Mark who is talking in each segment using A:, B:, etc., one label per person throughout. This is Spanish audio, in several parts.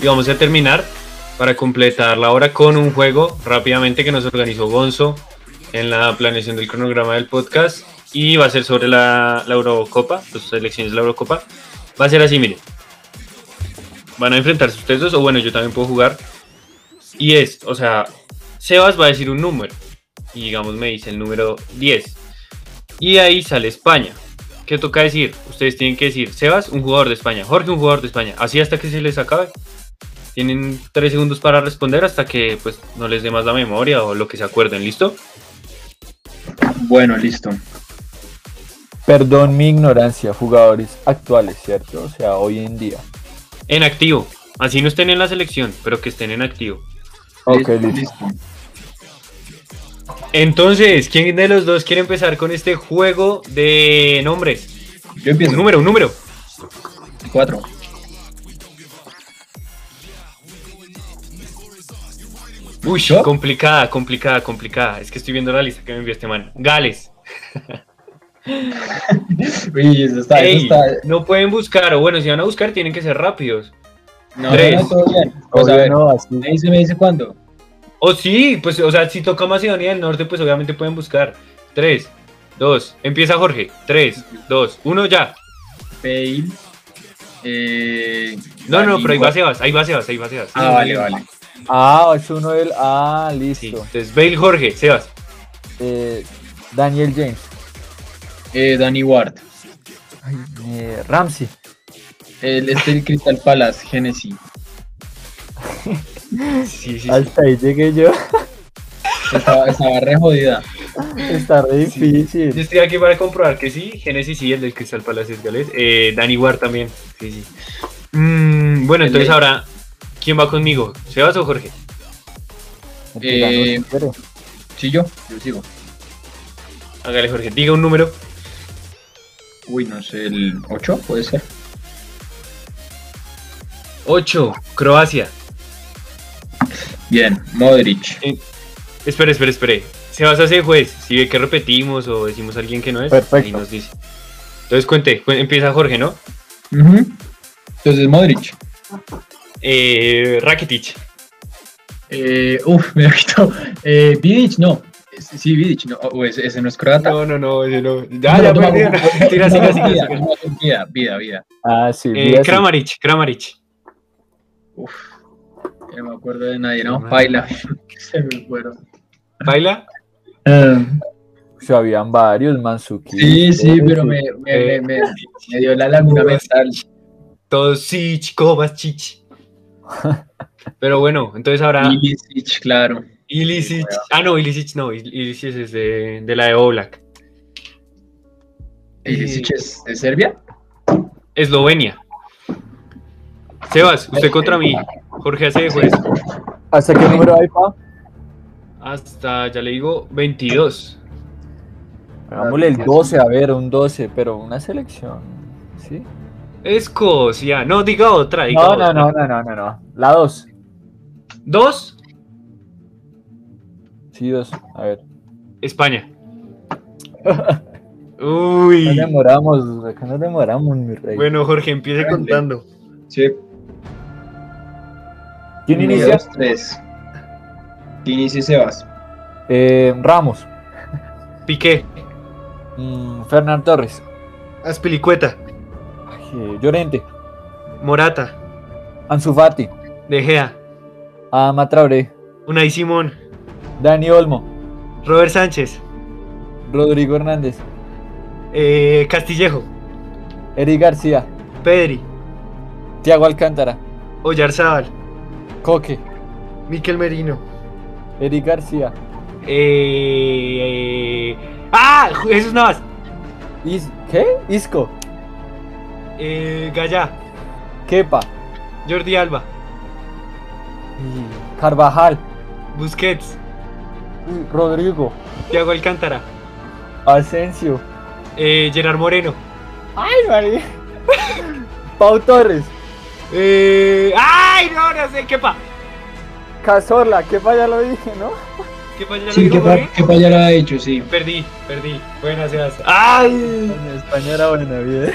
A: y vamos a terminar para completar la hora con un juego rápidamente que nos organizó Gonzo en la planeación del cronograma del podcast y va a ser sobre la, la Eurocopa, las elecciones de la Eurocopa. Va a ser así, miren. Van a enfrentarse ustedes dos, o bueno, yo también puedo jugar. Y es, o sea, Sebas va a decir un número. Y digamos, me dice el número 10. Y de ahí sale España. ¿Qué toca decir? Ustedes tienen que decir, Sebas, un jugador de España. Jorge, un jugador de España. Así hasta que se les acabe tienen tres segundos para responder hasta que pues no les dé más la memoria o lo que se acuerden, ¿listo?
B: Bueno, listo.
C: Perdón mi ignorancia, jugadores actuales, ¿cierto? O sea, hoy en día.
A: En activo. Así no estén en la selección, pero que estén en activo.
C: Ok, listo. listo.
A: Entonces, ¿quién de los dos quiere empezar con este juego de nombres?
B: Yo empiezo.
A: Un número, un número.
B: Cuatro.
A: Uy, ¿Yo? complicada, complicada, complicada. Es que estoy viendo la lista que me envió este man. Gales.
B: Uy, eso está,
A: Ey,
B: eso está.
A: No pueden buscar, o bueno, si van a buscar, tienen que ser rápidos.
B: No,
A: Tres.
B: no, no, todo bien. Pues
C: Obvio
B: a ver,
C: no, así.
B: me dice, me dice cuándo.
A: O sí, pues, o sea, si toca Macedonia del Norte, pues obviamente pueden buscar. Tres, dos, empieza Jorge. Tres, dos, uno, ya.
B: Bale. Eh,
A: No, no,
B: Danilo.
A: pero ahí va Sebas, ahí va Sebas, ahí va Sebas.
B: Ah, vale, vale.
C: Ah, es uno del. Ah,
A: Sí,
C: listo.
A: entonces Bale, Jorge, Sebas.
C: Eh, Daniel James.
B: Eh, Danny Ward.
C: Ay, eh, Ramsey.
B: El, este el Crystal Palace, Genesis.
A: Sí, sí, sí.
C: Hasta ahí llegué yo.
B: Estaba, estaba re jodida.
C: Está re difícil.
A: Yo estoy aquí para comprobar que sí, Genesis sí, el del Crystal Palace es galés. Eh, Danny Ward también, sí, sí. Mm, bueno,
B: El
A: entonces
B: de-
A: ahora, ¿quién va conmigo? ¿Sebas o Jorge?
C: Empieza,
B: Eh,
C: no, si quiere.
B: Sí, yo, yo sigo.
A: Hágale, Jorge, diga un número.
B: Uy, no sé, el 8 puede ser.
A: 8, Croacia.
B: Bien, Modric.
A: Espere, espere, espere. Sebas hace juez. Si ve que repetimos o decimos a alguien que no es, ahí
C: Perfecto.
A: nos dice. Entonces cuente, cu- empieza Jorge, ¿no?
B: Ujú. Entonces, Modric.
A: Eh, Rakitic.
B: Eh, uf, me lo quitó. Eh, Vidic, no. Es- Sí, Vidic, no. Oh, ese, ese no es croata.
A: No, no, no, ese no.
B: No,
A: Ya, ya, pues,
B: no,
A: perdí.
B: no, no,
A: Tira,
B: no,
A: siga,
B: no,
A: siga,
B: vida,
A: siga.
B: no, Vida, vida, vida.
C: Ah, sí.
A: Eh,
C: mira, sí.
A: Kramaric, Kramaric.
B: Uf, ya no me acuerdo de nadie, ¿no?
A: Madre.
B: Baila. Se me fueron.
A: Baila.
B: Ah,
C: O sea, habían varios, Mansuki.
B: Sí, sí, pero me,
A: Eh.
B: me, me, me, me dio la laguna mental.
A: Todos sí, chico, más chichi. Pero bueno, entonces ahora
B: Ilicic, claro.
A: Ilicic. Ah, no, Ilicic no. Il- Ilicic es de, de la de Oblak.
B: Ilicic es de Serbia.
A: Eslovenia. Sebas,
B: Pues,
A: usted contra mí.
B: eh,
A: Jorge hace de juez.
C: ¿Hasta qué número hay, pa?
A: Hasta, ya le digo, 22.
C: Hagámosle el 12, a ver, un 12, pero una selección. ¿Sí?
A: Escocia. No, diga otra. Diga
C: No,
A: otra.
C: no, no, no, no, no, no. La 2.
A: Dos,
C: Sí, 2. A ver.
A: España. Uy.
C: Nos demoramos, acá nos demoramos, mi rey.
A: Bueno, Jorge, empiece
B: Grande.
A: contando.
B: Sí.
C: ¿Quién
B: Uno,
C: inicia?
B: dos, Tres. ¿Quién inicia Sebas?
C: Eh, Ramos.
A: Piqué.
C: Mm, Fernán Torres.
A: Aspilicueta.
C: Ay, eh, Llorente.
A: Morata.
C: Ansu Fati.
A: De Gea.
C: Ama Traoré.
A: Unai Simón.
C: Dani Olmo.
A: Robert Sánchez.
C: Rodrigo Hernández.
A: Eh, Castillejo.
C: Eric García.
A: Pedri.
C: Tiago Alcántara.
A: Oyarzábal.
C: Coque.
A: Miquel Merino.
C: Eric García.
A: Eh, eh, ¡Ah! Jesús Navas.
C: Is- ¿Qué? Isco.
A: Eh, Gallá.
C: Kepa.
A: Jordi Alba.
C: y Carvajal.
A: Busquets.
C: y Rodrigo.
A: Tiago Alcántara.
C: Asensio.
A: Eh, Gerard Moreno.
C: Ay, María. Pau Torres.
A: Eh, ¡Ay! No, no sé. Kepa.
C: Cazorla. Kepa ya lo dije, ¿no?
A: Kepa ya lo
B: Sí,
A: dijo,
B: ¿qué,
A: Jorge.
B: pa- qué falla lo ha hecho? Sí.
A: Perdí, perdí. Buenas, Sebas. ¡Ay!
C: En España era buena vida.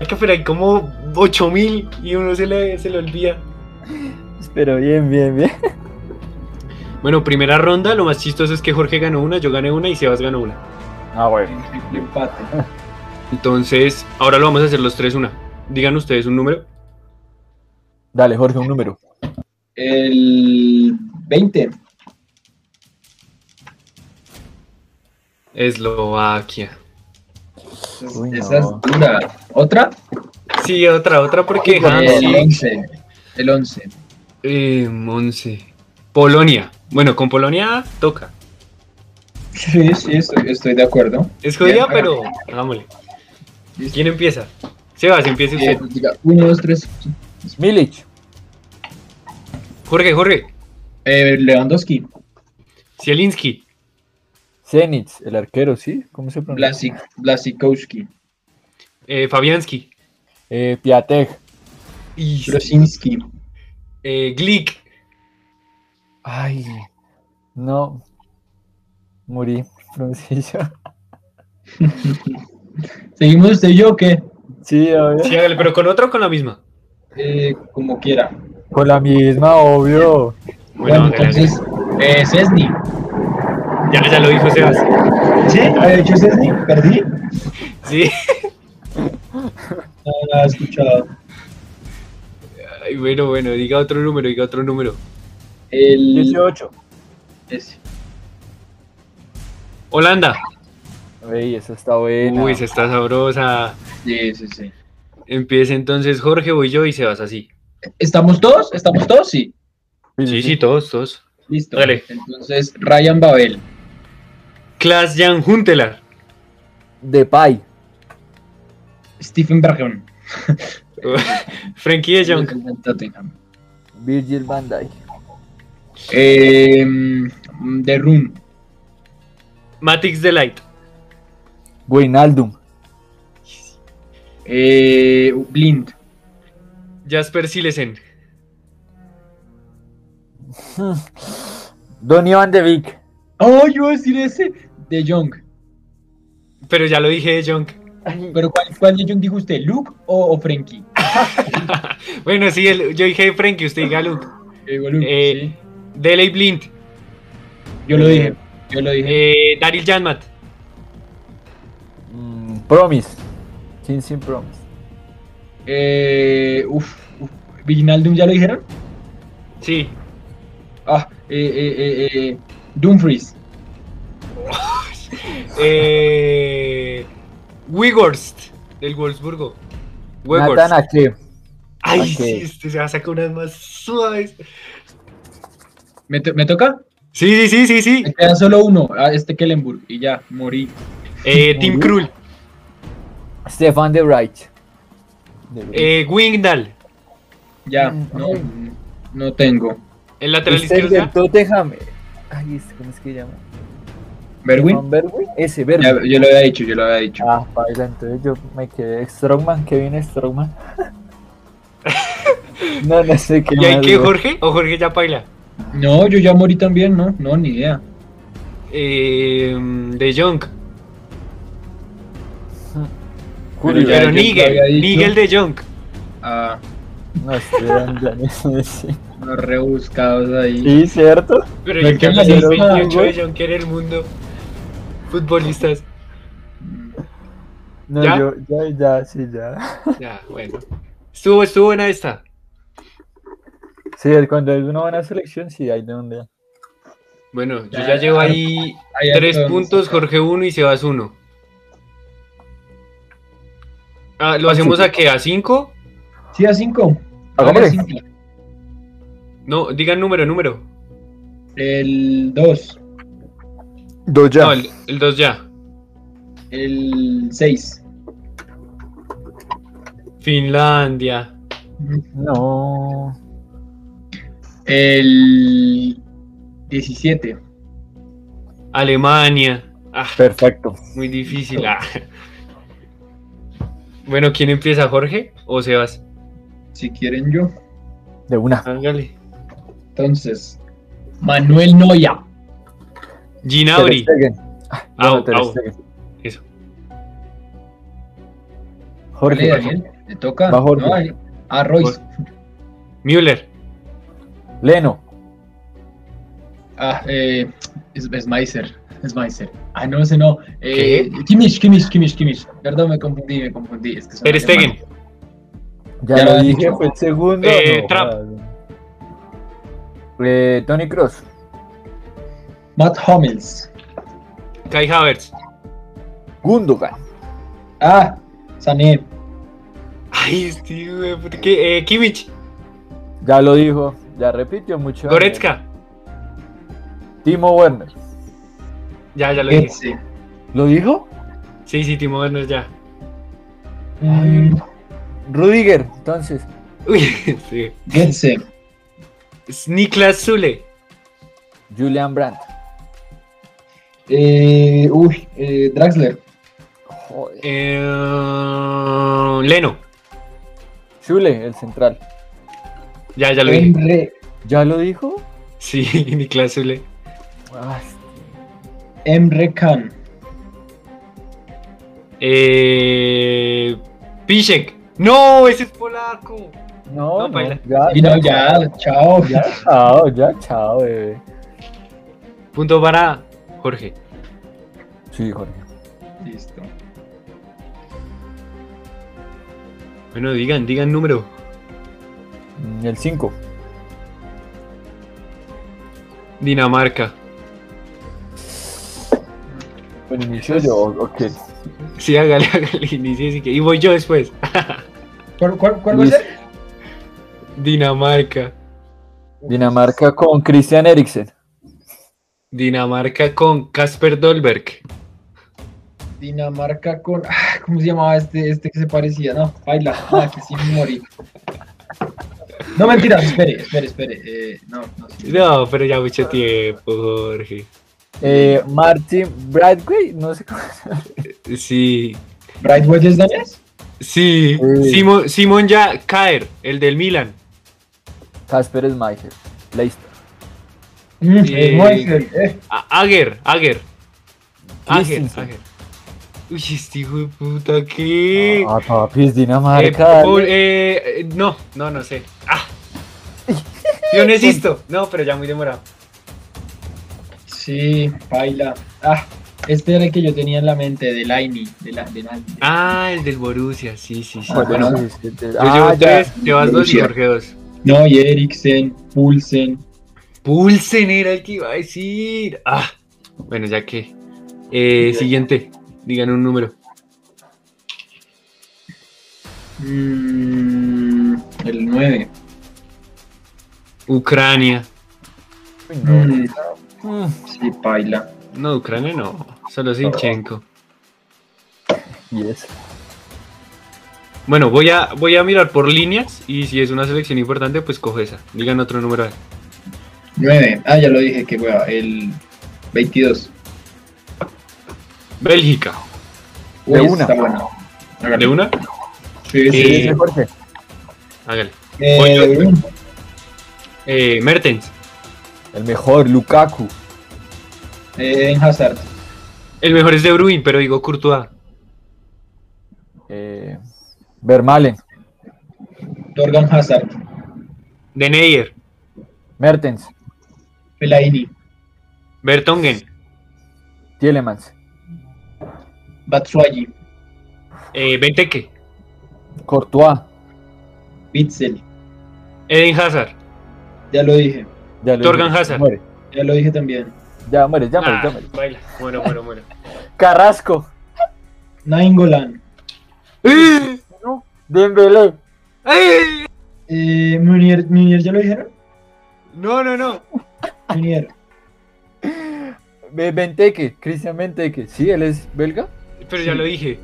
A: Hay que pero hay como 8000 y uno se le, se le olvida.
C: Pero bien, bien, bien.
A: Bueno, primera ronda, lo más chistoso es que Jorge ganó una, yo gané una y Sebas ganó una.
C: Ah, bueno.
B: Triple empate.
A: Entonces, ahora lo vamos a hacer los tres una. Digan ustedes un número.
C: Dale, Jorge, un número.
B: El 20.
A: Eslovaquia.
B: Es-
C: Uy,
B: Esa
C: no.
B: es dura. ¿Otra?
A: Sí, otra, otra porque
B: El
A: Hansi.
B: 11. El 11.
A: Eh, once. Polonia. Bueno, con Polonia toca.
B: Sí, sí, estoy, estoy de acuerdo.
A: Es jodida,
B: Bien.
A: pero hagámosle.
B: Listo.
A: ¿Quién empieza? Sebas, empiece
B: Eh,
A: usted.
B: diga, uno, dos, tres.
C: Milic.
A: Jorge, Jorge.
B: Eh, Lewandowski,
A: Zielinski.
C: Zenitz, el arquero, ¿sí? ¿Cómo se pronuncia?
B: Blasi- Blasikowski,
A: Eh, Fabianski.
C: Eh, Piatek.
A: Y,
B: Brosinski,
A: eh, Glick.
C: Ay, no. Morí, Francisco.
B: ¿Seguimos usted y yo o qué?
C: Sí, obvio.
A: Sí, hágale, pero con otra o con la misma.
B: Eh, como quiera.
C: Con la misma, obvio.
A: Bueno,
B: Bueno,
A: hágale,
B: entonces, eh, Cesny.
A: hágale. ya, ya lo dijo Sebas.
B: ¿Sí? ¿Había dicho Cesny? ¿Perdí?
A: Sí.
B: No, no he escuchado.
A: Ay, bueno, bueno, diga otro número, diga otro número.
B: El...
C: 18.
B: ese.
A: Holanda.
C: Ey, esa está buena.
A: Uy, se está sabrosa.
B: Sí, sí, sí.
A: Empieza entonces Jorge, voy yo y Sebas así.
B: ¿Estamos todos? ¿Estamos todos? Sí.
A: Sí, sí, todos, todos.
B: Listo.
A: Dale.
B: Entonces, Ryan Babel,
A: Klaas Jan Huntelaar.
C: Depay.
B: Stephen Barjon,
A: Frankie de Jong.
B: del Tottenham.
C: Virgil van Dijk.
B: Eh, mm, The Room,
A: Matix Delight.
C: Guinaldum.
B: eh, Blind,
A: Jasper Silesen.
C: Donny Van Hmm. de Beek.
B: Oh, yo iba a decir ese. De Jong.
A: Pero ya lo dije de Jong.
B: Pero ¿cuál, cuál de Jong dijo usted? ¿Luke o, o Frenkie?
A: Bueno, sí, el- yo dije Frankie, usted diga Luke.
B: Yo digo Luke.
A: Eh,
B: sí.
A: Delay Blind.
B: Yo lo dije. Yo lo dije.
A: Eh, Daryl Janmat.
C: Mm, promise. Sin sin promise.
B: Eh, uf, uf. ¿Viginaldum ya lo dijeron?
A: Sí.
B: Ah, eh, eh, eh, eh, Dumfries.
A: Eh, Wigorst. Del Wolfsburgo.
C: Nathan
A: Wigorst.
C: Ake.
A: Ay,
C: Ake.
A: sí, este se va a sacar unas más suaves.
B: ¿Me, to- me toca?
A: Sí, sí, sí, sí, sí.
B: Me queda solo uno. Ah, este Kellenburg. Y ya, morí.
A: Eh, Tim Krul.
C: Stefan de Bright. De Vrij.
A: Eh, Wingdal.
B: Ya,
C: Mm,
B: no,
C: ok.
B: no tengo.
A: El lateral
C: Este es del
A: izquierdo.
C: Tottenham. Ay, este, ¿cómo es que se llama?
B: ¿Berwin?
C: Stefan Bergwijn. Ese,
B: Ya,
C: Berwin.
B: yo lo había dicho, yo lo había dicho.
C: Ah, baila, entonces yo me quedé Strongman, Kevin Strongman. no, no sé qué
A: ¿Y hay
C: más,
A: que
C: güey.
A: Jorge? ¿O Jorge ya baila?
B: No, yo ya morí también, no, no, ni idea.
A: Eh, de Jong.
B: Pero ya
C: eh,
A: Pero
B: yo te
A: Nigel.
B: había dicho.
A: Nigel de Jong.
B: Ah,
C: No, esperan, ya no sé.
B: los rebuscados ahí.
C: Sí, ¿cierto?
A: Pero
B: Pero
A: yo creo
B: que
A: que es el
B: la lista,
A: 28 de
C: güey.
A: Jong que era el mundo. Futbolistas.
B: Mm.
C: No,
A: ¿Ya?
C: yo, ya, ya, sí, ya.
A: Ya, bueno. Estuvo, estuvo buena esta.
C: Sí, el- cuando es una buena selección, sí, hay de dónde.
A: Bueno, yo
B: Ya,
A: ya llevo
B: ya.
A: ahí
B: Ahí
A: tres
B: podemos
A: puntos,
B: sacar.
A: Jorge 1 y Sebas 1. Ah, ¿Lo hacemos a qué? ¿A 5?
B: Sí, a 5.
C: Ah, Hagámosle.
A: No, digan número, número.
B: El 2,
C: Dos ya.
A: No, el 2 ya.
B: el 6.
A: Finlandia.
C: No.
B: El 17.
A: Alemania. Ah,
C: Perfecto.
A: muy difícil. ah. Bueno, ¿quién empieza? ¿Jorge o Sebas?
B: Si quieren yo.
C: De una.
A: Hágale.
B: Entonces, Manuel Noya.
A: Ginauri.
C: Ter Stegen.
A: Au,
C: No, Ter
A: au.
C: Stegen.
A: Eso.
C: Jorge.
B: Daniel? ¿Le toca? Ah,
C: Va Jorge.
B: No, a Royce.
A: Müller.
C: Leno.
B: Ah, eh, es, es Meiser. Es Meiser. Ah, no, ese no. Eh, Kimmich, Kimmich, Kimmich, Kimmich. Perdón, me confundí, me confundí. Es que son
A: Ter Stegen.
B: alemanes.
C: Ya,
B: Ya
C: lo
B: lo
C: dije,
B: dijo.
C: fue el segundo.
A: Eh, Trapp.
C: jodas. Eh, Tony Cross.
B: Matt Hummels.
A: Kai Havertz.
C: Gundogan.
B: Ah, Sané.
A: Ay, sí, güey, ¿por qué? Eh, Kimmich.
C: Ya lo dijo. Ya repitió mucho.
A: Goretzka.
C: Timo Werner.
A: Ya, ya lo dije.
B: Goetze.
C: ¿Lo dijo?
A: Sí, sí, Timo Werner ya.
B: Mm,
C: Rudiger, entonces.
A: Uy, sí.
B: Goetze.
A: Es Niklas Zule.
C: Julian Brandt.
B: Eh, uy, eh, Draxler.
C: Joder.
A: Eh, Leno.
C: Schule, el central.
A: Ya, ya lo dije.
B: Emre,
C: ¿Ya lo dijo? Ah,
A: Sí, Niklas Zule.
C: Ay,
B: Emre Can.
A: Eh, Piszek. No, ese es polaco. No,
C: no, no,
A: baila.
C: ya,
B: Y no, ya, chao.
C: ya, chao, ya, chao, bebé.
A: Punto para Jorge.
C: Sí, Jorge.
B: Listo.
A: Bueno, digan, digan número.
C: Mm, El 5.
A: Dinamarca.
C: Bueno, inicio yo, ok.
A: Sí, hágale, hágale, inicie así que. Y voy yo después.
B: ¿Cuál, cuál, cuál va a
C: Listo.
B: ser?
A: Dinamarca.
C: Dinamarca con Christian Eriksen.
A: Dinamarca con Casper Dolberg.
B: Dinamarca con. ah, ¿Cómo se llamaba este, este que se parecía? No, baila. Ah, que sí me morí. No, mentira, espere, espere, espere. Eh, no, no, sí.
A: No, pero ya mucho tiempo, Jorge.
C: Eh, Martin Bradway, no sé cómo.
A: Sí.
B: ¿Brightwell es danés?
A: Sí.
C: Sí.
A: Simón, Simón ya Caer, el del Milan.
C: Casper Schmeichel. Leicester.
B: Mm,
A: Sí.
B: es Moisés, eh.
A: A- Ager, Ager. Ager,
C: Christensen.
A: Ager. Uy, este hijo de puta, ¿qué?
C: Ah, papi, es
A: Eh,
C: Dinamarca.
A: Paul, eh, eh, no, no, no sé. Ah. Yo no existo. No, pero ya muy demorado.
B: Sí, baila. Ah, este era el que yo tenía en la mente, de Laini. De la, de la,
A: Ah, el del Borussia, sí, sí, sí.
C: Joder,
B: bueno.
C: sí, sí, sí.
A: Yo
C: Ah,
A: llevo
C: ya.
A: tres, llevas dos y
B: Borussia.
A: Jorge dos.
B: No, y Eriksen, Pulsen.
A: Pulsen era el que iba a decir. Ah, bueno, ya que. Eh, siguiente, digan un número.
B: Mm, el 9.
A: Ucrania.
C: Uy, no. Mm.
B: sí, baila.
A: No, Ucrania no. Solo Sinchenko.
C: Yes.
A: Bueno, voy a, voy a mirar por líneas y si es una selección importante, pues coge esa. Digan otro número. ahí.
B: 9. Ah, ya lo dije, que hueva. El 22.
A: Bélgica.
C: De
B: Uy,
C: una.
B: Está bueno. Hágale.
A: ¿De una?
B: Sí, sí,
A: Eh,
C: Sí, Jorge.
A: Hágale.
B: Eh,
A: Oye.
B: de una.
A: Eh, Mertens.
C: El mejor, Lukaku.
B: Eh, en Hazard.
A: El mejor es De Bruyne, pero digo Courtois.
C: Eh, Vermalen.
B: Dorgan Hazard.
A: De Neuer.
C: Mertens.
B: Fellaini.
A: Bertongen.
C: Tielemans.
B: Batsuagi.
A: Eh, Benteke.
C: Courtois.
B: Bitzel.
A: Eden Hazard.
B: Ya lo dije.
C: Ya lo
A: Thorgan
C: dije,
A: Hazard.
C: Muere.
B: Ya lo dije también.
C: Ya muere, ya muere,
A: Ah,
C: ya muere.
A: baila. Bueno, bueno, bueno.
C: Carrasco.
B: Nainggolan.
A: ¡Eh!
C: Dembélé.
A: ¡Eh!
B: Eh, Munier, Munier, ¿ya lo dijeron?
A: No, no, no.
B: Munier.
C: Be- Benteke. Cristian Benteke. Sí, él es belga.
A: Pero ya
B: Sí.
A: lo dije.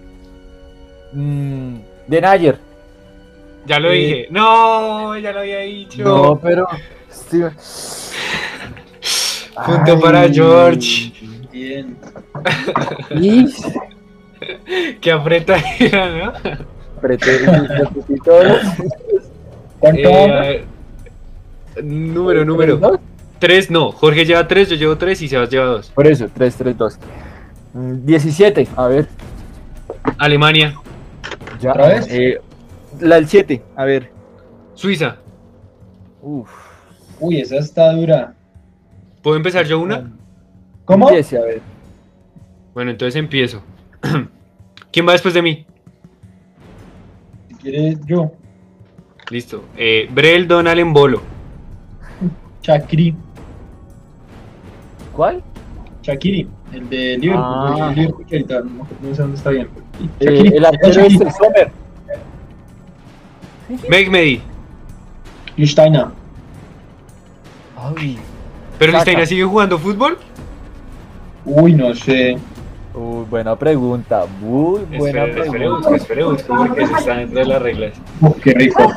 C: Mm, De Nayer.
A: Ya lo
B: Eh.
A: dije. No, ya lo había dicho.
C: No, pero. sí.
A: Punto para George.
B: Bien.
C: Y
A: Que aprieta era, ¿no?
B: ¿Cuánto vamos?
A: Eh, número, número. Tres, no. Jorge lleva tres, yo llevo tres y Sebas lleva dos.
C: Por eso, 3, 3, 2. 17. A ver.
A: Alemania,
C: Ya.
B: ¿Otra vez?
C: Eh, la del 7. A ver.
A: Suiza,
C: Uf.
B: Uy, esa está dura.
A: ¿Puedo empezar yo una?
B: ¿Cómo?
C: Empiece, a ver.
A: Bueno, entonces empiezo. ¿Quién va después de mí?
B: Si quieres, yo.
A: Listo. Eh, Brel Donald en bolo.
B: Chakiri.
C: ¿Cuál?
B: Chakiri, el de Liverpool.
C: Ah.
B: el de Liverpool que ahorita no, no sé dónde está bien.
C: Eh,
B: Shaqiri,
C: el arquero es
B: Shaqiri.
C: el Sommer.
A: Mehmedi.
B: Yustaina.
C: Ay.
A: ¿Pero
C: Saca.
A: Listaina sigue jugando fútbol?
B: Uy, no sé.
C: Uy, buena pregunta. Muy buena
A: Espere, espere,
C: pregunta.
A: busco, espere, busco, porque eso está dentro de las reglas.
B: Uf, qué rico.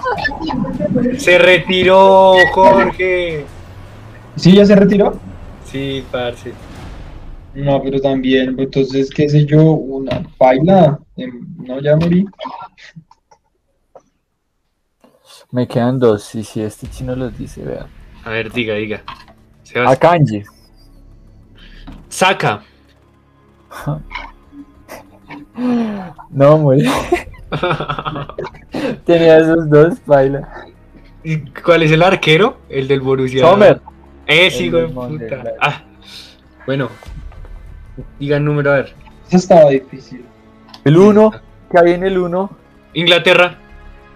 A: ¡Se retiró, Jorge!
B: ¿Sí ya se retiró?
A: Sí, parce.
B: No, pero también. pues, Entonces, qué sé yo, una baila. em, No, ya morí.
C: Me quedan dos. Y si este chino los dice, vean.
A: A ver, diga, diga.
C: A
A: Sebas-
C: Kanji.
A: Saca.
C: No, muy. Tenía esos dos, baila.
A: ¿Y ¿Cuál es el arquero? El del Borussia.
C: Sommer.
A: Eh, sí,
C: El
A: güey,
C: del
A: puta.
C: Monterrey.
A: Ah. Bueno. Diga el número, a ver.
B: Eso estaba difícil.
C: El uno. Que había en el uno.
A: Inglaterra.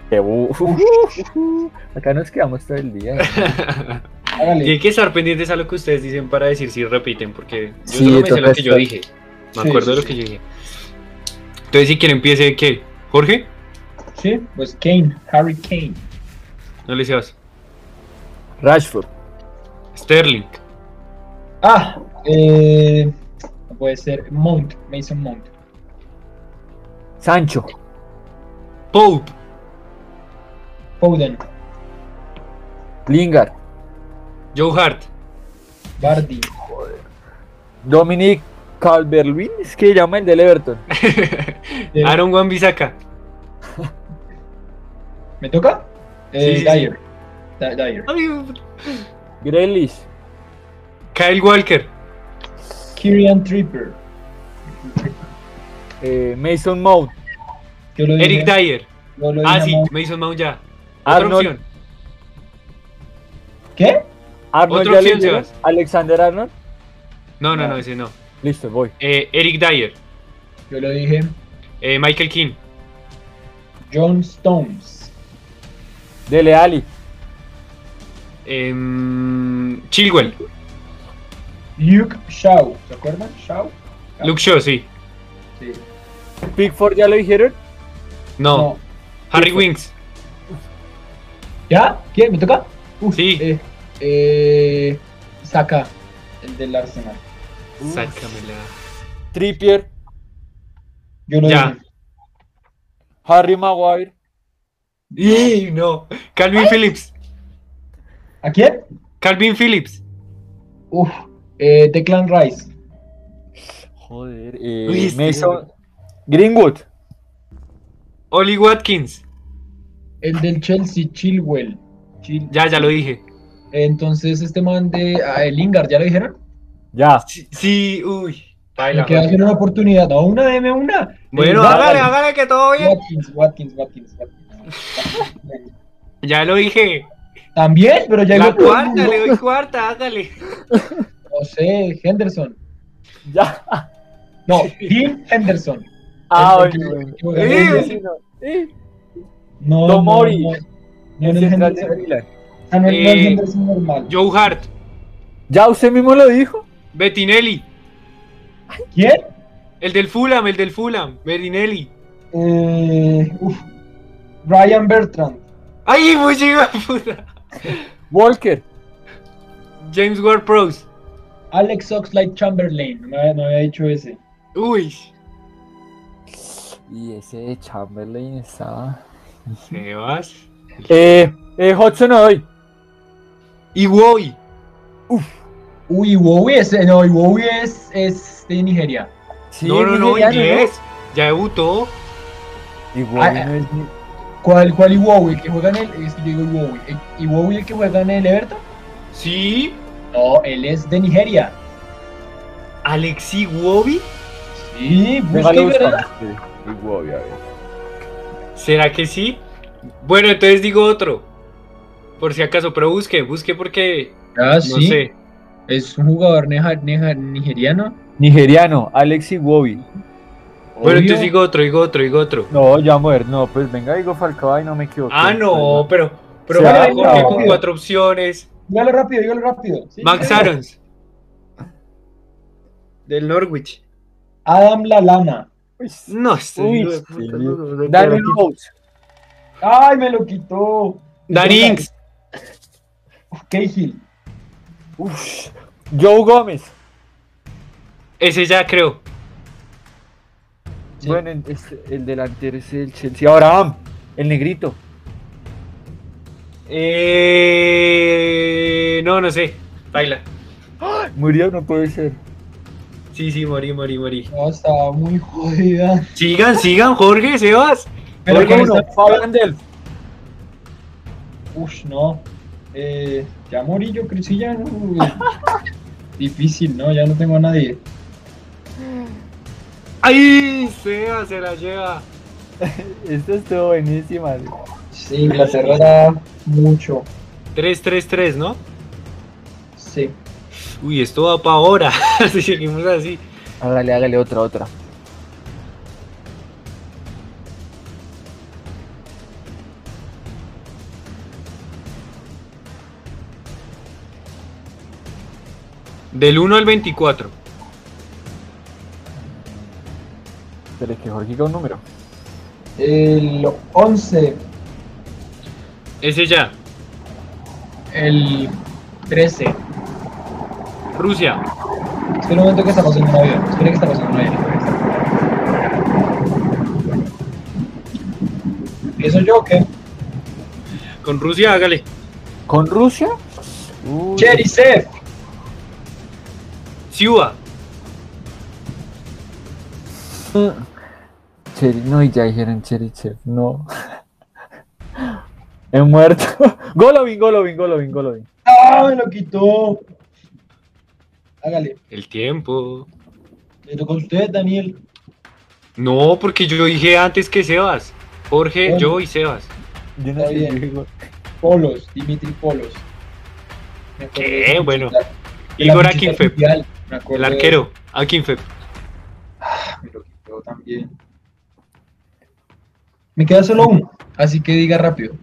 C: Que bu- Acá nos quedamos todo el día.
A: Y hay
B: Hágale.
A: que estar pendientes a lo que ustedes dicen para decir si repiten, porque yo
C: Sí,
A: solo me sé
C: toca
A: lo que yo
C: estar-
A: dije. Me
B: Sí,
A: acuerdo
B: sí,
A: de lo
B: sí.
A: que yo dije. Entonces, si quieren, empiece, ¿qué? ¿Jorge?
B: Sí, pues Kane, Harry Kane.
A: No le seas.
C: Rashford.
A: Sterling.
B: Ah, eh, no puede ser Mount, Mason Mount.
C: Sancho.
A: Pope.
B: Foden,
C: Lingard.
A: Joe Hart.
B: Bardi,
C: Dominic Calverwin. Es que llama el del Everton.
B: Eh,
A: Aaron Wan Bissaka.
B: ¿me toca? Eh,
A: Sí, sí,
B: Dyer. Di- Dyer.
C: Grealish.
A: Kyle Walker.
B: Kyrian Tripper.
C: eh, Mason Mount.
B: Yo lo dije,
A: Eric Dyer.
B: yo lo dije
A: Ah, sí,
B: Mount.
A: Mason Mount ya. Otra
C: Arnold.
A: opción.
B: ¿Qué?
C: Arnold
A: Otra
C: ya
A: opción,
C: le dieron.
A: Sebas.
C: Alexander Arnold.
A: No, no,
B: No.
A: no, ese no.
C: Listo, voy.
A: Eh, Eric Dyer.
B: Yo lo dije
A: Eh, Michael King.
B: John Stones.
C: Dele Ali.
A: Em, Chilwell.
B: Luke Shaw. ¿Se acuerdan? Shaw. Ah,
A: Luke Shaw, sí.
B: Sí.
C: Pickford ya lo dijeron.
A: No.
B: No.
A: Harry Winks.
B: ¿Ya? ¿Quién? ¿Me toca? Uf,
A: Sí.
B: Eh, eh, Saka, el del Arsenal.
C: Uf.
A: Sácamela.
C: Trippier.
B: Yo lo
A: Ya.
B: dije.
C: Harry Maguire.
A: Y no. Calvin Phillips.
B: ¿A quién?
A: Calvin Phillips.
B: Uf, eh, Declan Rice.
C: Joder. eh,
A: Uy, este
C: Mason. Greenwood.
A: Oli Watkins.
B: El del Chelsea, Chilwell. Chil-
A: Ya, ya lo dije.
B: Entonces, este man de. Ah, el Lingard, ¿ya lo dijeron?
C: Ya.
A: Sí, sí, uy. Baila,
B: Me queda
A: Jorge.
B: haciendo una oportunidad. No, una, deme una.
A: Bueno,
B: Eh,
A: hágale, hágale que todo bien.
B: Watkins, Watkins, Watkins, Watkins.
A: Ya lo dije.
B: También, pero ya
A: La
B: digo todo el
A: cuarta,
B: mundo.
A: le doy cuarta, hágale.
B: No sé, Henderson.
C: Ya.
B: No, Dean Henderson.
C: Ah,
B: El- el-
C: bueno, bueno.
B: el- el-
A: Eh,
B: el-
C: Eh,
B: el-
C: sí, no. Eh,
B: No,
C: Tomori.
B: no, no. No,
C: el
B: no,
C: central de
B: Henderson.
C: Milan.
B: Ah, no, no,
A: Eh,
B: Henderson normal.
A: Joe Hart.
C: Ya usted mismo lo dijo.
A: Bettinelli.
B: ¿Quién?
A: El del Fulham, el del Fulham. Bettinelli.
B: Eh, uf. Ryan Bertrand.
A: ¡Ay, pues muy chido, puta!
C: Walker.
A: James Ward Prowse.
B: Alex Oxlade Chamberlain. No había, no había dicho ese.
A: Uy.
C: Y ese de Chamberlain estaba.
A: Sebas.
C: Eh, eh, Hudson hoy.
A: Y Woy.
B: Uy, Wowie es. eh, No, Wowie es, es de Nigeria.
A: no, no, no, inglés. Ya debutó.
C: Igual
B: Ah,
C: no es ni-
B: ¿Cuál, cuál Iwobi? ¿El que juega en el.? Es que yo digo Iwobi. ¿El- ¿Iwobi el que juega en el Everton?
A: Sí.
B: No, él es de Nigeria.
A: Alexi Wobi.
B: Sí,
C: Déjalo
B: busca y verá.
C: buscar. Sí, Iwobi, a ver.
A: ¿Será que sí? Bueno, entonces digo otro. Por si acaso, pero busque, busque porque
B: Ah,
A: no
B: sí.
A: sé.
B: Es un jugador neja- neja- nigeriano.
C: Nigeriano, Alexi Wobi.
A: Bueno,
B: Obvio.
A: entonces digo otro, digo otro, digo otro.
C: No, ya muer, no, pues venga, digo Falcao y no me equivoco.
A: Ah, no, pero, pero
C: Se
A: bueno,
B: habla.
A: ¿por qué con cuatro opciones.
B: Dígalo rápido, dígalo rápido. Sí,
A: Max
B: sí.
A: Arons. Del Norwich.
B: Adam Lalana.
A: No, este
C: Pues, Uy,
A: hijo de
C: sí.
A: puta, no, no, no,
C: Danny
A: no.
C: Rose.
B: ¡Ay, me lo quitó!
A: Danny Ings.
B: Cahill.
C: Uf. Joe Gómez.
A: Ese ya creo.
B: Sí.
C: Bueno, en- este- el delantero es el Chelsea. Abraham, el negrito.
A: Eh, no, no sé. Baila.
C: Murió, no puede ser.
A: Sí, sí, morí, morí, morí.
B: No, estaba muy jodida.
A: Sigan, sigan, Jorge, Sebas.
B: Pero
C: Oiga,
B: con
C: uno,
B: esta-
C: Fabián Delph.
B: Ush, no. Eh, ya morí yo, creo. Sí, ya no. güey. Difícil, ¿no? Ya no tengo a nadie.
A: ¡Ay! Sebas se la lleva.
C: Esta estuvo buenísima.
B: Sí, Inglaterra era mucho.
A: 3-3-3, ¿no?
B: Sí.
A: Uy, esto va para ahora. si seguimos así.
C: Hágale, hágale otra, otra.
A: Del 1 al 24.
C: Pero es que Jorge con un número.
B: El 11.
A: Ese ya.
B: El 13.
A: Rusia.
B: Espera un momento que está pasando un avión. Espera que está pasando un avión. ¿Eso yo o qué?
A: Con Rusia, hágale.
C: ¿Con Rusia? Uy,
B: Cherisev.
A: Siuba.
C: Cheri- no, y ya dijeron Cherichev, no. He muerto. Golovin, Golovin, Golovin, Golovin.
B: ¡Ah, me lo quitó! Hágale.
A: El tiempo.
B: Le tocó a usted, Daniel.
A: No, porque yo dije antes que Sebas. Jorge,
B: Bueno.
A: yo y Sebas.
C: Yo no
B: Está
C: sé,
B: bien.
C: yo digo-
B: Polos, Dimitri Polos. Me acuerdo
A: ¿Qué?
B: de esa
A: Bueno.
B: muchacha- de la
A: Igor
B: muchacha
A: Akinfev.
B: mundial, me acuerdo
A: El
B: de-
A: arquero. Akinfeb.
B: Ah, me lo quitó también. Me queda solo uno, así que diga rápido.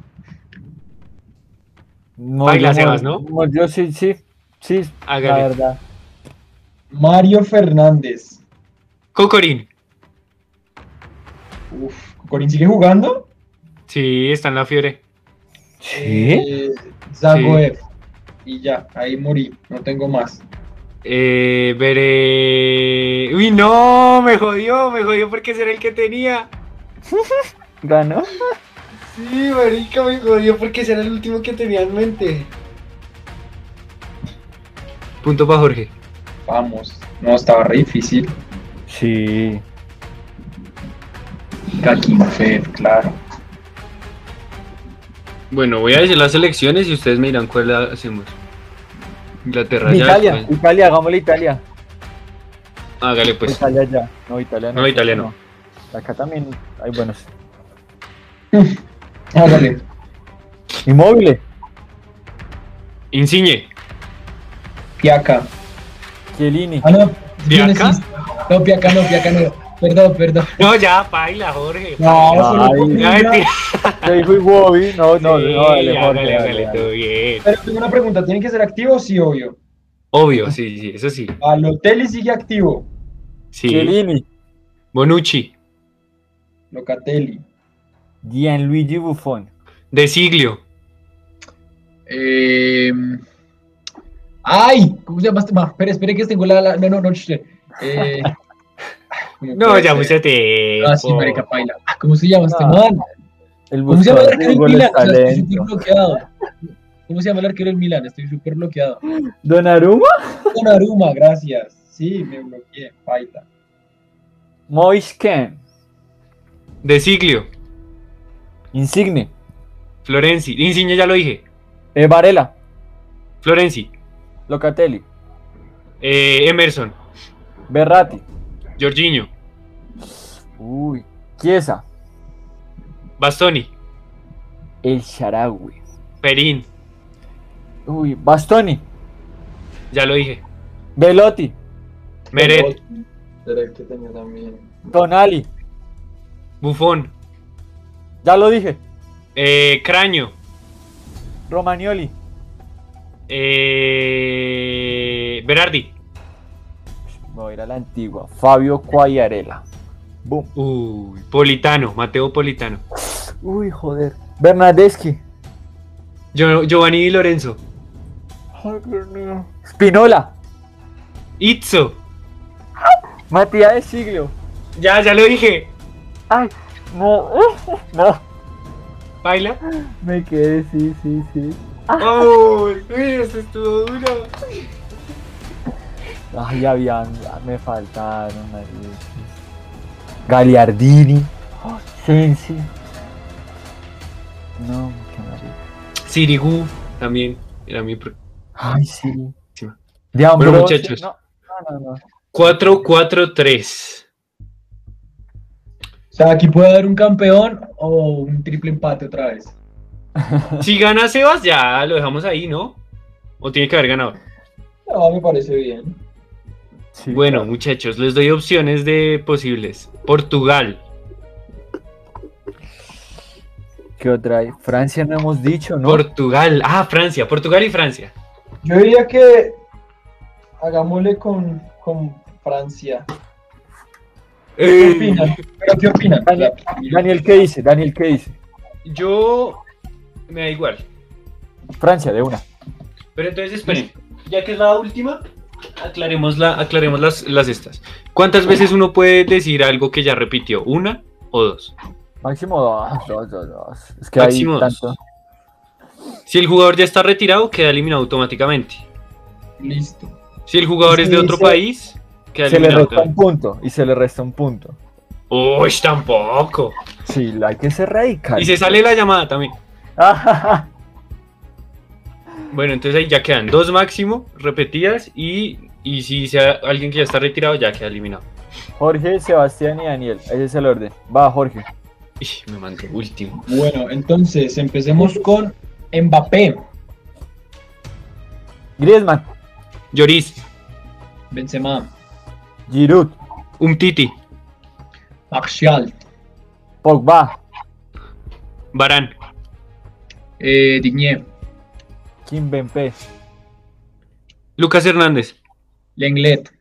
C: No,
A: Baila,
C: yo
A: Sebas,
C: muero.
A: ¿no?
C: No, Yo sí, sí, sí,
A: Hágale.
C: la verdad.
B: Mario Fernández.
A: Cocorín.
B: Uf, ¿Corín sigue jugando?
A: Sí, está en la fiebre.
C: ¿Sí?
B: Eh, Zagoev. Y ya, ahí morí, no tengo más.
A: Eh, veré. Uy, no, me jodió, me jodió porque ese era el que tenía.
C: ¿Ganó?
A: Sí, marica, me jodió porque ese era el último que tenía en mente. Punto para Jorge.
B: Vamos. No, estaba re difícil.
C: Sí.
B: Kakinfev, claro.
A: Bueno, voy a decir las elecciones y ustedes me dirán cuál la hacemos. Inglaterra ya.
C: Italia,
A: España.
C: Italia, hagámosle Italia.
A: Hágale pues.
C: Italia ya. No, Italia no.
A: No, Italia no.
C: Acá también hay buenos.
B: Hágale.
C: Inmóviles.
A: Insigne.
B: Piaca.
C: Chiellini.
B: Ah, no.
A: ¿Piaca?
B: Dionisista. No, Piaca no, Piaca no. Perdón, perdón.
A: No, ya, paila, Jorge.
B: No, solo
C: Ay.
B: por
A: Ya,
B: una.
A: mentira.
C: Yo digo Iwobi. No, no,
A: Sí,
C: no, dale, Jorge,
A: hágale,
C: dale,
A: hágale,
C: dale.
A: todo bien.
B: Pero tengo una pregunta, ¿tiene que ser activo o sí, obvio?
A: Obvio, sí, sí, eso sí.
B: Balotelli sigue activo.
A: Sí.
C: Chiellini.
A: Bonucci.
B: Locatelli.
C: Gianluigi Buffon.
A: De Siglio.
B: Eh... ¡Ay! ¿Cómo se llama? este ma? Espere, espere que tengo la... la- No, no, no. shh. Eh...
A: No, ya,
B: muchachos.
A: mucho tiempo.
B: Ah, sí, marica, paila. Ah, ¿Cómo se llama este
C: Ah.
B: man?
C: El
B: ¿Cómo se llama el
C: buscador
B: arquero
C: de
B: del
C: goles
B: Milan? O sea, estoy súper
C: talento.
B: bloqueado. ¿Cómo se llama el arquero del Milan? Estoy súper bloqueado.
C: Donnarumma.
B: Aruma, gracias. Sí, me bloqueé, paila.
C: Moise Kean.
A: De Siglio.
C: Insigne.
A: Florenzi. Insigne ya lo dije.
C: Eh, Varela.
A: Florenzi.
C: Locatelli.
A: Eh, Emerson.
C: Berrati.
A: Jorginho.
C: Uy. Chiesa.
A: Bastoni.
C: El Sharawi.
A: Perín.
C: Uy, Bastoni,
A: Ya lo dije.
C: Velotti,
A: Meret,
B: Meret que tenía también.
C: Tonali,
A: Bufón,
C: ya lo dije,
A: eh, Craño,
C: Romagnoli,
A: eh, Berardi.
C: Ush, me voy a ir a la antigua, Fabio Cuayarela. Boom.
A: Uy, Politano, Mateo Politano.
C: Uy, joder. Bernardeschi.
A: Gio- Giovanni Di Lorenzo.
C: Spinola.
A: Itzo.
C: Matías de Siglo.
A: Ya, ya lo dije.
C: Ay, no. No.
A: Baila.
C: Me quedé, sí, sí, sí.
A: Uy, uy, eso estuvo duro.
C: Ay, habían, me faltaron. marica. Gagliardini. Oh, Sensi. No, qué marica.
A: Sirigu también. Era mi pro-
C: Ay, sí.
A: Sí.
C: De Ambrosio.
A: muchachos.
C: No, no, no. no.
A: 4-4-3.
B: O sea, aquí puede haber un campeón o un triple empate otra vez.
A: Si gana Sebas, ya lo dejamos ahí, ¿no? O tiene que haber ganado.
B: No, me parece bien.
C: Sí.
A: Bueno, muchachos, les doy opciones de posibles. Portugal,
C: ¿Qué otra hay? Francia no hemos dicho, ¿no?
A: Portugal, ah, Francia, Portugal y Francia.
D: Yo diría que hagámosle con, con Francia.
B: ¿Qué
A: Eh,
B: opinan? ¿Pero qué opinan?
C: Daniel, Daniel, ¿qué dice? Daniel, ¿qué dice?
A: yo me da igual.
C: Francia, de una.
A: Pero entonces esperen, ya que es la última, aclaremos, la, aclaremos las, las estas. ¿Cuántas veces uno puede decir algo que ya repitió? ¿Una o dos?
C: Máximo dos, dos, dos, dos. Es que
A: Máximo
C: hay
A: dos.
C: tanto.
A: Si el jugador ya está retirado, queda eliminado automáticamente.
B: Listo.
A: Si el jugador es de
C: Sí,
A: otro
C: se-
A: país, queda
C: Se le
A: eliminado
C: resta un
A: automáticamente.
C: punto y se le resta un punto.
A: Uy, tampoco.
C: Sí, la hay que ser radical.
A: Y se sale la llamada también.
C: Ajá.
A: Bueno, entonces ahí ya quedan dos máximo repetidas y, y si sea alguien que ya está retirado ya queda eliminado.
C: Jorge, Sebastián y Daniel. Ese es el orden. Va, Jorge.
A: Ih, me mandó último.
B: Bueno, entonces empecemos con Mbappé,
C: Griezmann,
A: Lloris,
B: Benzema,
C: Giroud,
A: Umtiti,
B: Martial,
C: Pogba,
A: Barán,
B: eh, Digné,
C: Kim Bempe,
A: Lucas Hernández,
B: Lenglet,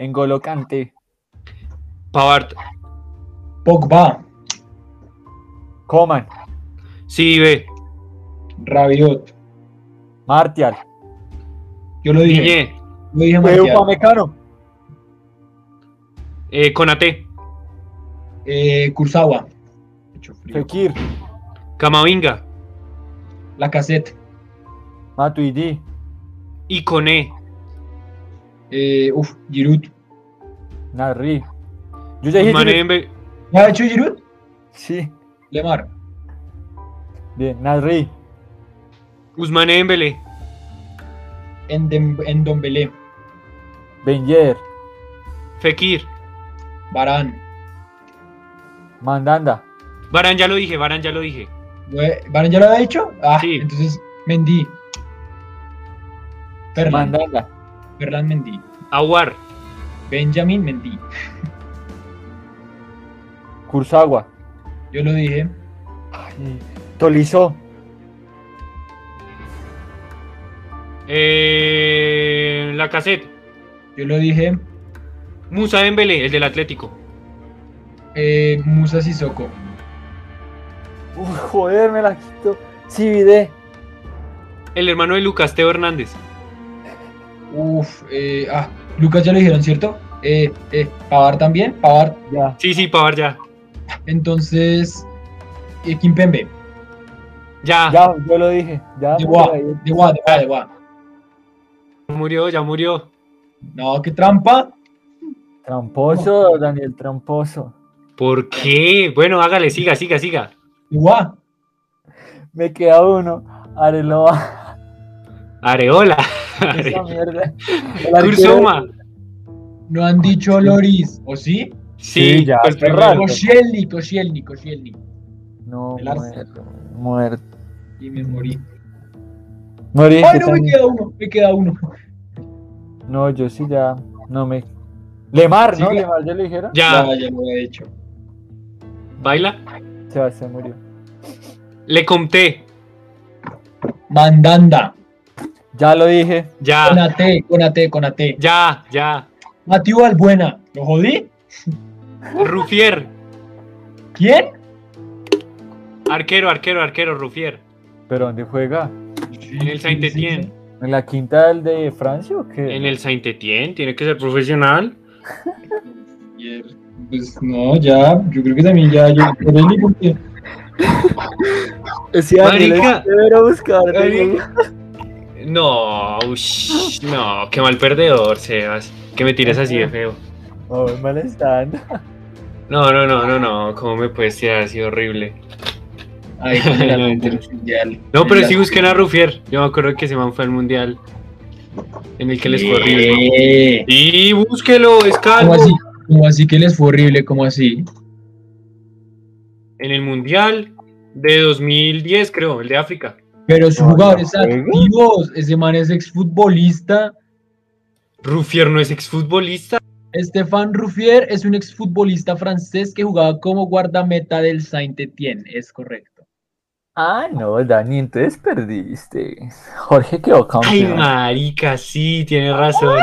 C: N'Golo Kanté,
A: Pavard,
B: Pogba,
C: Coman,
A: Sibe,
B: Rabiot.
C: Martial,
B: Yo lo dije.
A: Guille,
B: Lo dije Martial.
C: Upamecano,
A: eh, Conate,
B: Eh, Kurzawa.
C: Fekir,
A: Camavinga,
B: La Cassette.
C: Matuidi,
A: Icone,
B: Eh, uf, Giroud.
C: Narri. Yo ya dije.
A: Mané,
C: Giroud.
A: Dembe-
B: ¿Ya ha hecho Giroud?
C: Sí,
B: Lemar.
C: bien, Narri,
A: Usmane Dembélé,
B: En, Dombelé.
C: Benyer,
A: Fekir,
B: Barán.
C: Mandanda,
A: Barán ya lo dije, Barán ya lo dije.
B: Güey, ¿Barán ya lo había hecho? Ah,
A: Sí.
B: entonces Mendy. Ferland.
C: Mandanda,
B: Ferland Mendy.
A: Aguar,
B: Benjamin Mendy.
C: Kurzawa,
B: Yo lo dije.
C: Ay, Tolizó,
A: eh, Lacazette,
B: Yo lo dije.
A: Musa Dembélé, el del Atlético.
B: Eh, Musa Sissoko.
C: Uy, joder, me la quito. Civide,
A: El hermano de Lucas, Teo Hernández.
B: Uf, eh, ah, Lucas ya lo dijeron, ¿cierto? Eh, eh, Pavar también. Pavar.
C: ya.
A: Sí, sí, Pavar ya.
B: Entonces, eh, Kimpembe.
A: Ya,
C: Ya, yo lo dije. Ya,
B: De
C: me
B: Guá,
C: la di.
B: de Guá, de Guá, de Guá.
A: murió, ya murió.
B: No, qué trampa.
C: Tramposo, Daniel, tramposo.
A: ¿Por qué? Bueno, hágale, siga, siga, siga.
B: De Guá.
C: Me queda uno. Areloa.
A: Areola.
C: Esa mierda. El arquero-
A: Kurzuma.
B: No han dicho Loris. ¿O sí?
A: Sí,
C: Sí, ya,
A: fue el
C: qué
A: primero.
C: raro.
B: Koscielny, Koscielny, Koscielny.
C: No,
B: El Arsenal.
C: muerto. muerto.
B: Y me morí.
C: Morí,
D: Ay, no,
C: yo
D: me
C: también.
D: queda uno, me queda uno.
C: No, yo sí ya. No me. Lemar,
B: Sí,
C: ¿no?
B: que-
C: Lemar, ya le dijeron.
A: Ya,
B: ya lo he hecho.
A: baila.
C: Sebastián murió.
A: Le conté.
B: Mandanda.
C: Ya lo dije.
B: Con
A: Ya,
B: AT, con AT, con AT.
A: ya, ya.
B: Mateo Albuena. ¿Lo jodí?
A: Rufier.
B: ¿Quién?
A: Arquero, arquero, arquero, Rufier.
C: ¿Pero dónde juega?
A: En el Saint Etienne.
C: ¿En la quinta del de Francia o qué?
A: En el Saint Etienne, tiene que ser profesional.
B: Pues no, ya. Yo creo que también ya. Yo, por él ni porque-
C: Sí, Daniel,
A: Marica.
C: espero buscarlo.
A: Marica. No, ush, no, qué mal perdedor, Sebas. Que me tires así de feo.
C: Oh, mal están.
A: No, no, no, no, no. ¿Cómo me puedes tirar así horrible?
B: Ay, con el
A: No,
B: álbum
A: mentira.
B: mundial.
A: No, pero
B: El
A: sí
B: álbum.
A: busquen a Rufier. Yo me acuerdo que se man fue al mundial. En el que les fue horrible.
B: Eh,
A: Y búsquelo, es
B: ¿Cómo
A: calvo.
B: así? ¿Cómo así que les fue horrible? ¿Cómo así?
A: En el mundial de 2010, creo, el de África.
B: Pero su
C: No,
B: jugador
C: no
B: es
C: juega.
B: activos. Ese man es exfutbolista.
A: Rufier no es exfutbolista.
B: Stéphane Ruffier es un exfutbolista francés que jugaba como guardameta del Saint-Étienne, es correcto.
C: Ah, no, Dani, entonces perdiste. Jorge
A: Ay,
C: quedó campeón.
A: marica, sí, tiene razón.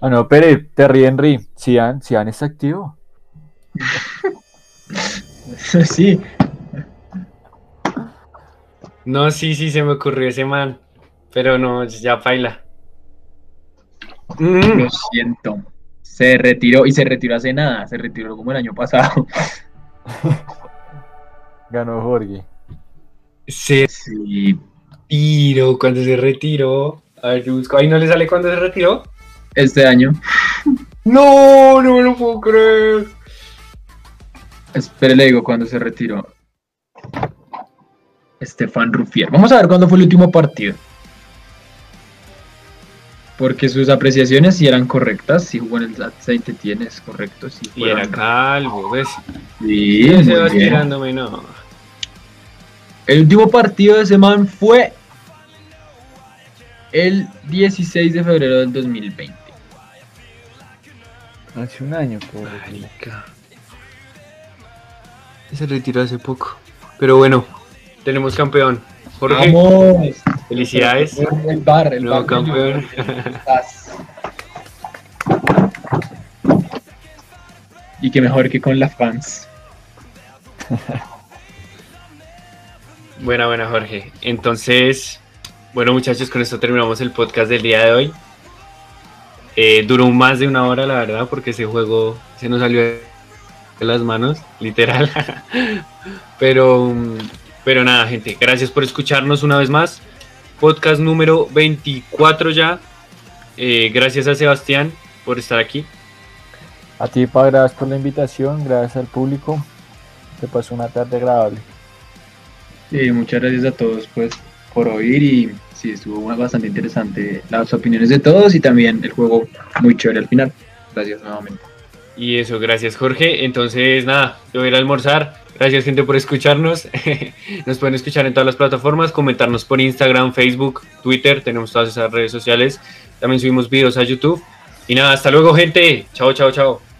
C: Ah, no, pero te ríe, Henry. Sian, Sian es activo.
B: sí,
A: No, sí, sí, se me ocurrió ese man. Pero no, ya baila. Mm,
B: lo siento. Se retiró y se retiró hace nada, se retiró como el año pasado.
C: Ganó Jorge.
A: se
B: Sí.
A: retiró cuando se retiró. A ver, yo busco. Ahí no le sale cuando se retiró.
B: Este año.
A: No, no me lo puedo creer.
B: Espere, le digo cuándo se retiró. Stéphane Ruffier. Vamos a ver cuándo fue el último partido. Porque sus apreciaciones sí eran correctas, sí jugó en el Saint-Étienne, es correcto. Sí,
A: Y era
B: jugaron.
A: calvo, pues. ¿ves?
B: Sí,
A: Y
B: muy
A: se va
B: bien.
A: tirándome, no.
B: El último partido de ese man fue el 16 de febrero del 2020.
C: Hace un año, por
A: Marica. Se retiró hace poco. Pero bueno, tenemos campeón. Jorge,
B: ¡Vamos!
A: felicidades.
B: El bar, el
A: Nuevo
B: bar.
A: campeón.
B: Estás. Y que mejor que con las fans.
A: Buena, buena, Jorge. Entonces, bueno, muchachos, con esto terminamos el podcast del día de hoy. Eh, duró más de una hora, la verdad, porque ese juego se nos salió de las manos, literal. pero, mm, pero nada, gente, gracias por escucharnos una vez más. Podcast número 24 ya. Eh, gracias a Sebastián por estar aquí.
C: A ti, Pa, gracias por la invitación, gracias al público. Te pasó una tarde agradable.
B: Sí, muchas gracias a todos pues por oír y sí, estuvo bastante interesante las opiniones de todos y también el juego muy chévere al final. Gracias nuevamente.
A: Y eso, gracias Jorge. Entonces, nada, yo voy a ir a almorzar. Gracias gente por escucharnos. Nos pueden escuchar en todas las plataformas, comentarnos por Instagram, Facebook, Twitter, tenemos todas esas redes sociales. También subimos videos a YouTube. Y nada, hasta luego gente. Chao, chao, chao.